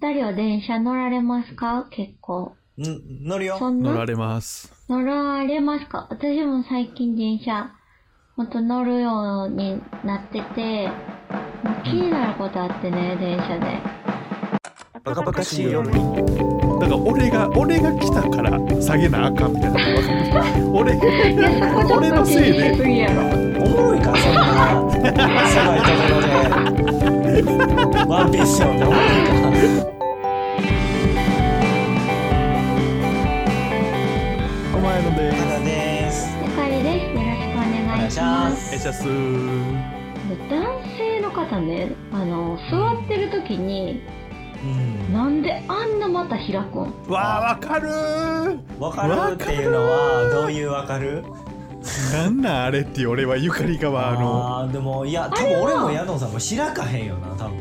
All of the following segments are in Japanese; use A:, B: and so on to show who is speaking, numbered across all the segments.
A: 人は電車乗られますか結構。
B: ん乗る
A: そ
B: よ。
A: ん
C: 乗ら
A: な
C: れます。
A: 乗られますか私も最近電車、もっと乗るようになってて、気になることあってね、電車で。
B: バカバカしい
C: だ
B: よ
C: か
B: ね。
C: ら俺が俺が来たから下げなあかんみたいなこと分かる 俺
A: いや、そこちょっ
C: 俺
A: と
C: の
A: 気
C: せい
A: にし
C: です
A: ぎやろ。
B: おもろいか、そんな。 狭いところで。ワンピースよ、おもろい
C: お前ので
B: か。ただです。
A: ゆかりです。よろしくお
B: お願
A: 願
B: い
A: い
B: し
A: し
B: ま
A: ます。
C: エ
B: す。
C: シャスう
A: 男性の方ね、あの、座ってる時に、
B: うん。
A: なんであんなまた開くん
C: わあわかるー
B: わかるっていうのは、どういうわかる
C: なんなんあれって俺はゆかりがはあの
B: あーでも、いや、多
A: あれ
B: 分
A: は
B: 俺もヤノンさんも開かへんよな、多分。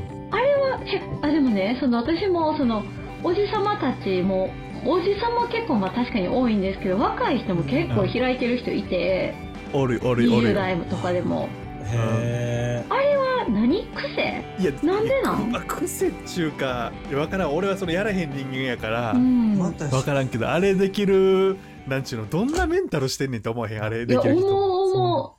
A: あ、でもね、その私も、その、おじさまたちも、おじさま結構まあ確かに多いんですけど、若い人も結構開いてる人いて、
C: おるおるおる
A: 20代とかでも。
B: へー
A: あ何癖
C: いや
A: なんでなん
C: まあ癖っちゅうかいやわからん俺はそのやらへん人間やから、
A: うん。
B: また
C: わからんけどあれできるなんちゅうのどんなメンタルしてんねんと思わへんあれ
A: い
C: で
A: や、
C: き
A: 思
C: る
A: う
C: 人
A: 思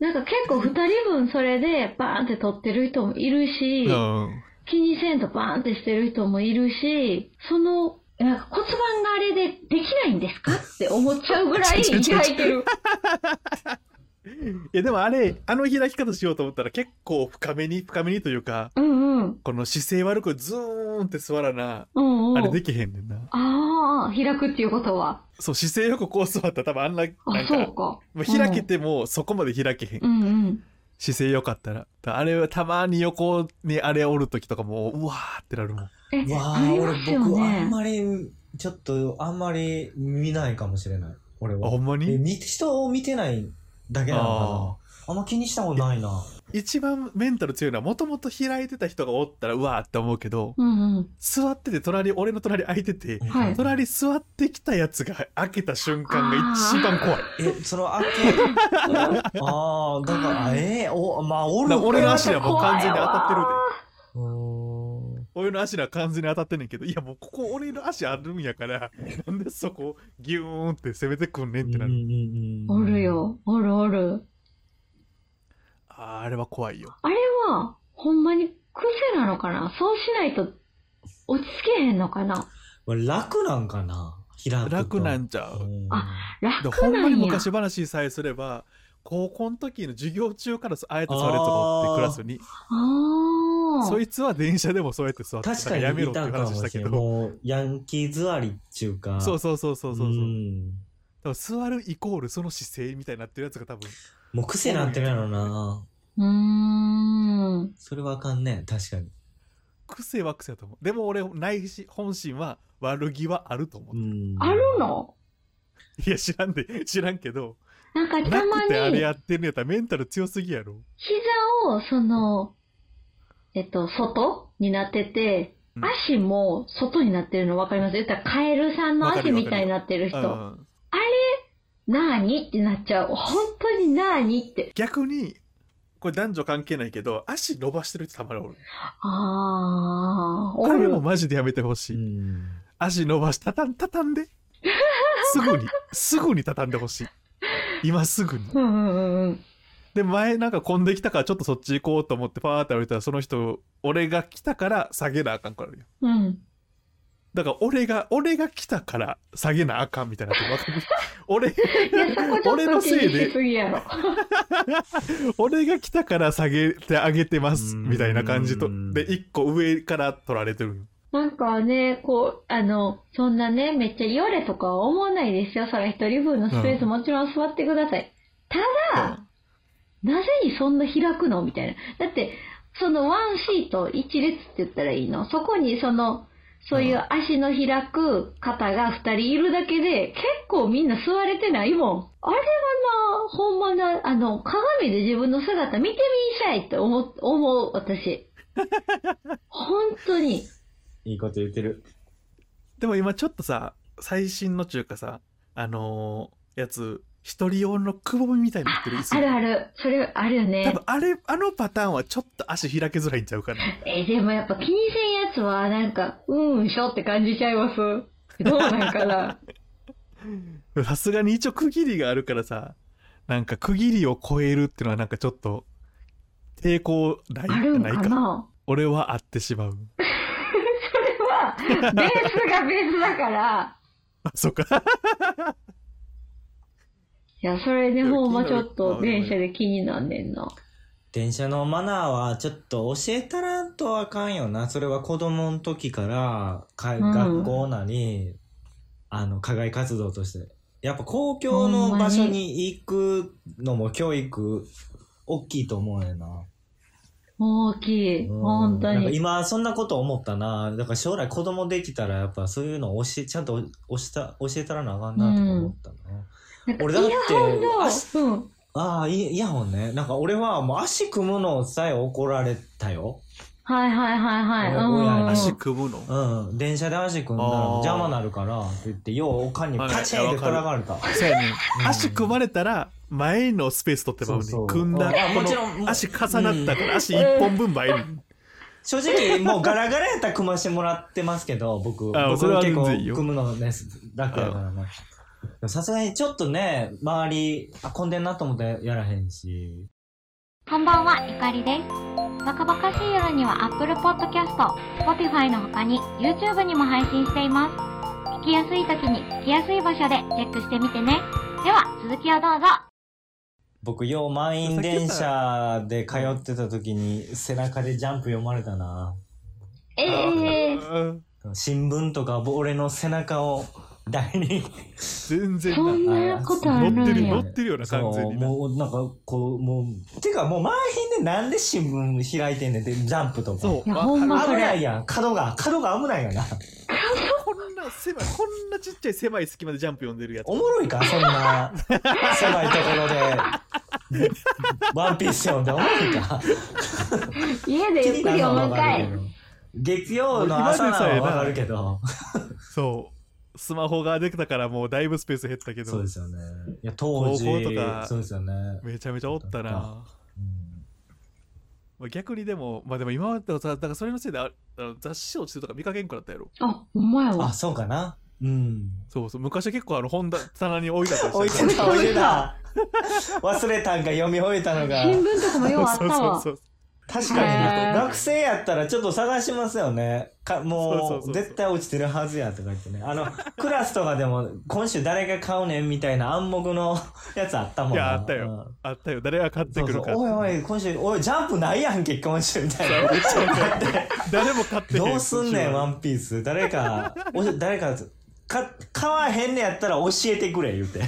A: う。 なんか結構二人分それでバーンって撮ってる人もいるし、
C: うん
A: 気にせんとバーンってしてる人もいるし、その、なんか骨盤があれでできないんですかって思っちゃうぐらい開いてる。
C: いやでもあれあの開き方しようと思ったら結構深めに深めにというか
A: うんうん。
C: この姿勢悪くズーンって座らな
A: うんうん。
C: あれできへんねんな
A: ああ、開くっていうことは。
C: そう姿勢よくこう座ったら多分あんななん
A: あ、
C: か
A: そうか。
C: もう開けてもそこまで開けへん、
A: うんうん。
C: 姿勢よかったらだからあれはたまに横にあれおる時とかもううわーってなるもん
A: え、
B: うわ
A: あ
B: ー
A: ります
B: 俺
A: よ
B: 僕あん
A: ね。
B: まりちょっとあんまり見ないかもしれない俺
C: あほ
B: は
C: んま
B: え
C: に
B: 見人を見てないだけなの
C: あ
B: かなあんま気にしたことないな
C: ー一番メンタル強いのはもともと開いてた人がおったらうわーって思うけど
A: うんうん。
C: 座ってて隣俺の隣空いてて
A: はい
C: 隣座ってきたやつが開けた瞬間が一番怖い
B: えそ のあけああだからえー、おまあおる
C: な俺の足にはもう完全に当たってるで
B: うーん
C: 俺の足には完全に当たってんねんけどいやもうここ俺の足あるんやから なんでそこギューンって攻めてくんねんってなる、
A: おるよ。おるおる。
C: あーあれは怖いよ
A: あれは、ほんまに癖なのかなそうしないと落ち着けへんのかな
B: これ楽なんかな開くと
C: 楽なんちゃ
B: う
C: うん
A: あ
C: で
A: 楽
C: ほん
A: な
C: まに
A: んや。
C: 昔話さえすれば高校の時の授業中からあえて座れとかってクラスに
A: ああ。
C: そいつは電車でもそうやって座って
B: 確か
C: だらやめ
B: に
C: ろ
B: い
C: っ
B: た
C: ていう
B: かも
C: 話し
B: した
C: け
B: れん
C: ど
B: もうヤンキー座りっちゅうか
C: そうそうそうそうそうそううんだから座るイコールその姿勢みたいになってるやつが多分
B: もう癖なんてるやろな
A: うーん。
B: それはあかんね確かに
C: 癖は癖だと思うでも俺内心本心は悪気はあると思う、
B: うん
A: あるの
C: いや知らんで知らんけど
A: なんか
C: な
A: たま
C: くてあれ
A: に
C: やってるんやったらメンタル強すぎやろ。
A: 膝を、その、えっと、外になってて
C: う、ん
A: 足も外になってるの分かります言ったらカエルさんの
C: わか
A: 足
C: るわかる
A: みたいになってる
C: う
A: 人。
C: ん、
A: なーにってなっちゃう。本当になーにって。
C: 逆に、これ男女関係ないけど、足伸ばしてる人たまにおる。
A: ああ。お
C: あれ
A: る
C: もマジでやめてほし
B: う
C: い。
B: ん
C: 足伸ばし、たたん、たたんで。すぐに、すぐにたたんでほしい。今すぐに。
A: うんうんうんうん。
C: で、前なんか混んできたからちょっとそっち行こうと思ってパーって歩いたら、その人、俺が来たから下げなあかんからよ。
A: うん。
C: だから俺が、俺が来たから下げなあかんみたいなってわかる。 俺、
A: いや、そこちょ
C: 俺
A: っ
C: の
A: と気
C: せ
A: に
C: い
A: し
C: で、
A: すぎやろ。
C: 俺が来たから下げてあげてます
B: うん
C: みたいな感じと
B: うん
C: で一個上から取られてる
A: なんかね、こう、あの、そんなね、めっちゃよれとかは思わないですよ。そら一人分のスペース
C: うん
A: もちろん座ってください。ただ、なぜにそんな開くのみたいな。だって、そのワンシート一列って言ったらいいの。そこにその、そういう足の開く方が二人いるだけで、結構みんな座れてないもん。あれはな、ほんまな、あの、鏡で自分の姿見てみんしゃいって思う、思う、私。本当に。
B: いいこと言ってる
C: でも今ちょっとさ最新の中華さあのーやつ一人用のくぼみみたいになってる椅子
A: あるある。それあるよね
C: 多。分あれあのパターンはちょっと足開けづらいんちゃうかな
A: えーでもやっぱ気にせんやつは、なんか、うん、しょって感じちゃいます。どうなんかな。
C: さすがに一応区切りがあるからさなんか区切りを超えるってのはなんかちょっと抵抗ない
A: あるん
C: ない
A: かな
C: 俺はあってしまう
A: それは、ベースがベースだから、
C: あそうか
A: いや、それでほんまちょっ
C: いや
A: と
C: 気になる
A: 電車で気になんねんな。
B: 電車のマナーはちょっと教えたらんとあかんよな。それは子供の時から、か
A: ん
B: 学校なり、あの、課外活動として。やっぱ公共
A: ほ
B: の
A: んま
B: 場
A: に
B: 所に行くのも教育、大きいと思うよな。
A: 大きい。
B: うん
A: 本当
B: なんか
A: に。
B: 今、そんなこと思ったな。だから将来子供できたら、やっぱそういうのを教え、ちゃんと教えた教えたらなあかんなとか思ったな。
A: なんか
B: 俺だって
A: イヤホンの
B: あし
A: うん。
B: ああ、イイヤホンね。なんか俺はもう足組むのさえ怒られたよ。
A: はいはいはいはい。
B: 親親に
C: 足
A: う
C: 組むの
B: うん、電車で足組んだら
C: あー
B: 邪魔なるからって言って、ようおかんにパチンって取らがれた。
C: そうやね
B: うん
C: 足組まれたら前のスペース取ってまうね
B: そうそう
C: 組んだ
B: あ
C: こ
B: もちろんも
C: の
B: う
C: 足重なったから足一本分前に
B: 正直、もうガラガラやったら組ましてもらってますけど、僕、
C: あ
B: 僕
C: それは
B: 結
C: 全
B: 構
C: 然いいよ
B: 組むのね、楽やからね。でもさすがにちょっとね、周り、あ、混んでんなと思ってやらへんし。
D: こんばんは、ゆかりです。バカバカしい夜には Apple Podcast、Spotify の他に YouTube にも配信しています。聞きやすい時に聞きやすい場所でチェックしてみてね。では、続きをどうぞ。
B: 僕、よう満員電車で通ってた時に背中でジャンプ読まれたな。
A: ん。ええ
C: うん
B: 新聞とか俺の背中を台に
C: 全然
A: そん
C: な
A: なことあ
C: 乗
A: る
C: ってる
A: ん
C: よ
A: や
C: 乗。ってるよな
B: そう
C: 完全にな
B: もうなんかこうもうてかもう満員でなんで新聞開いてんねんってジャンプとか
C: そ
A: い
C: う
A: や
C: わ
A: ほんま
C: あ
A: そ
B: 危
A: れ
B: ないやん角が角が危ないよな
C: こんな狭いこんなちっちゃい狭い隙間でジャンプ読んでるやつ
B: おもろいかそんな狭いところで ワンピース読んでおもろいか
A: 家でゆっくりお迎え。
B: 月曜の朝ならわかるけど
C: そうスマホが出てたからもうだいぶスペース減ったけ
B: そう
C: ど
B: ですよねいや当時
C: 高校とか
B: そうですよね、
C: めちゃめちゃおったな
B: うん
C: まあ逆にでもまあでも今まではさだからそれのせいでああの雑誌落ちてるとか見かけんくなったやろ
A: あ、ほんまや
B: あ
A: わ。
B: そうかなうん
C: そうそう昔は結構あの本棚に置いてあったり
B: 置い
C: して
B: た置いてた忘れたんか読み終えたのが
A: 新聞とかもようあった
C: そうそう
A: わ
C: そ。う
B: 確かに
A: へー
B: 学生やったらちょっと探しますよねか
C: そうそう
B: も
C: そう
B: う
C: そう
B: 絶対落ちてるはずやとか言ってねあの クラスとかでも今週誰が買うねんみたいな暗黙のやつあったもん
C: い
B: な
C: やあったよ
B: うん
C: あったよ誰が買って
B: そ
C: く
B: う
C: る
B: そう
C: か
B: おいおい今週おいジャンプないやんけ今週みたいな
C: 誰も買ってへ
B: どうすん ねんワ
C: ン
B: ンピース誰かおし誰かか買わへんねやったら教えてくれ言うて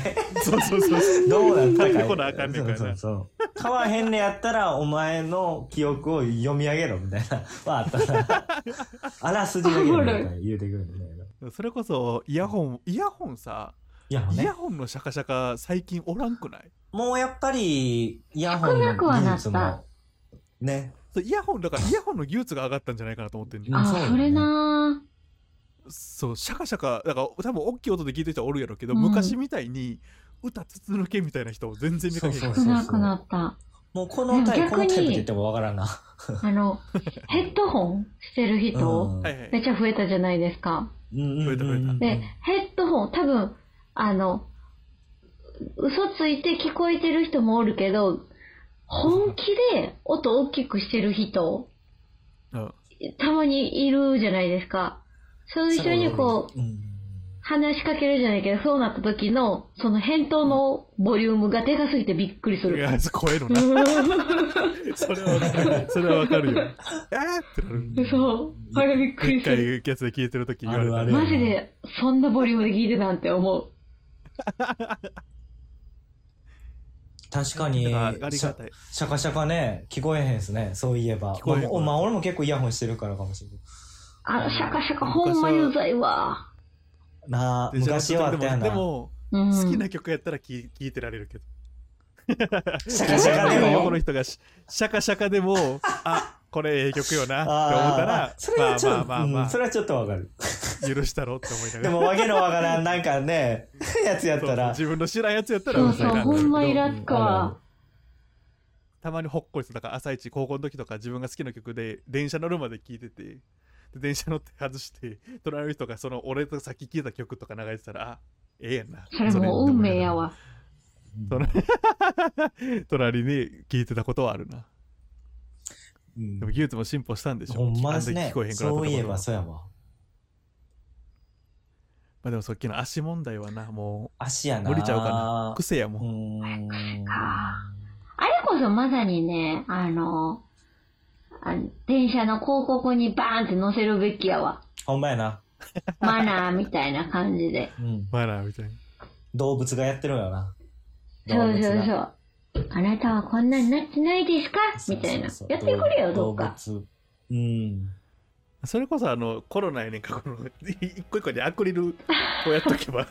C: そうそうそうそう
B: どうなったか
C: 買ってこなあかんねんからな
B: そうそうそう買わへんねやったらお前の記憶を読み上げろみたい なはあったなあらすじだけみたいな言うてくるんだけど
C: それこそイヤホンイヤホンさ
B: いやもう
C: イ
B: ね
C: ヤホンのシャカシャカ最近おらんくない
B: もうやっぱりイヤホンの技術
A: 少なくはなっ
B: もね
C: そうイヤホンだからイヤホンの技術が上がったんじゃないかなと思ってんねん
B: うんそうだ
A: あ、
B: ね
A: それな
C: そうシャカシャカだから多分大きい音で聞いてる人はおるやろうけど、
A: うん
C: 昔みたいに歌筒抜けみたいな人を全然見かけへん
B: そうそ
A: 少なくなった。
B: もうこのタイ
A: で
B: プ
A: も逆
B: この
A: に
B: タイプって言ってもわからんな
A: あ の、ヘッドホンしてる
B: う
A: 人、
B: ん
C: はいはい
A: めっちゃ増えたじゃないですか。
B: うんうんうんうんうん
A: で、ヘッドホン、多分、あの、嘘ついて聞こえてる人もおるけど、本気で音大きくしてる人、
C: うん
A: たまにいるじゃないですか。そういう人にこう、
B: うん
A: 話しかけるじゃないけど、そうなった時の、その返答のボリュームがでかすぎてびっくりす
C: い
A: る。
C: や声のなそれはわかるそれはわかるよえーってなる
A: そう。あれびっくり
C: 一
A: する。
C: 回やつで聞いてる時言われた
B: あるある
A: マジで、そんなボリュームで聞いてたんて思う。
B: 確かに
C: だからありがたい
B: シャカシャカね、聞こえへんすね、そういえば。
C: 聞こえへん
B: まあおまあ、俺も結構イヤホンしてるからかもしれない。
A: あの、シャカシャカほんまにうざいわ。
B: なあ、
C: 電車乗って
B: 昔
C: る
B: はあったやな。
C: でも
A: うん。
C: でも好きな曲やったら 聞い聞いてられるけど
B: シャカシャカでも。
C: 横の人がシャカシャカでもあこれええ曲よなって思った
B: あ
C: ら
B: ーそれはちょっと、
C: まあまあまあまあ
B: うんそれはちょっとわかる。
C: 許したろって思いながら
B: でも、わけのわからん、なんかね、 やつやっ
C: そう
B: たら、
C: 自分の知らんやつやったら
A: そうう
C: ざ
A: そ、
C: いうなって
A: ほんまイラつくわ。
C: たまにほっこりするだから朝一高校の時とか自分が好きな曲で電車乗るまで聴いててで電車乗って外して隣の人がその俺と先聴いた曲とか流れてたらあええやんな
A: それもう運命やわ。
C: 隣 隣に聴いてたことはあるな
B: うん
C: でも技術も進歩したんでしょ
B: ほんまです
C: あんだ
B: ね
C: け聞こえへ。んくなったとこ
B: そ
C: ろ
B: ういえば、そうやわ。
C: まあでもさっきの足問題はなも
B: 足や
C: う
B: な。
C: 無理ちゃうかな癖やも
B: うんーん。
A: あれこそまさにね、あの、あ電車の広告にバーンって載せるべきやわ。
B: ほんまやな。
A: マナーみたいな感じで。
B: うん。
C: マナーみたいな
B: 動物がやってるんやな。
A: そうそうそう。あなたはこんなになってないですか
B: そうそうそう
A: みたいな。やってくれよ、どっか。。
B: 動物うん。
C: それこそあのコロナやねんかこの一個一個にアクリルこうやっと けば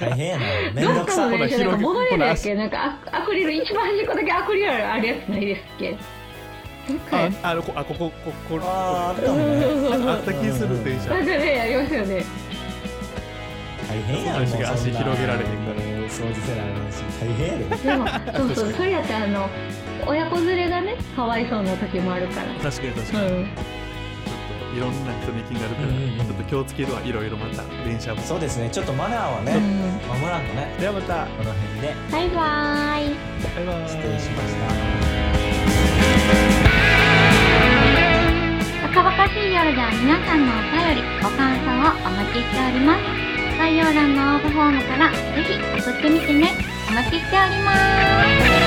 B: 大変やな。 めん
A: ど
B: ど
A: っ
B: く
A: か
B: さ。
A: の電車なんか戻れ
C: ほ
A: る
C: ら
A: やっ
C: 広
A: けなんかアアクリル、一番端っこだけアクリルあるやつないですっけどっか
C: あ
A: や
C: あのこあこここここ
B: あーあっ
A: う
B: たもん
A: ん
B: ね。
A: うんうんうん。
C: あった気する電車
A: あ、それありますよね。
B: 大変やろ
C: 足が足広げられへんから
B: 掃除せなあかんし大変やで
A: で も、そうそう、それやってあの、親子連れがね、かわいそうな時もあるから。
C: 確かに確かに、
A: うん。
C: ちょっといろんな人の意見があるから、
B: うんうんうん
C: ちょっと気をつけるはいろいろまた電車も
B: そうですねちょっとマナーは
A: う
B: ね
A: ん
B: 守らんとね
C: ではまた
B: この辺で
D: バイバーイ。
C: バイバイ
B: 失礼しました
D: バカバカしい夜では皆さんのお便り、ご感想をお待ちしております。概要欄の応募フォームからぜひ送ってみてね。お待ちしております。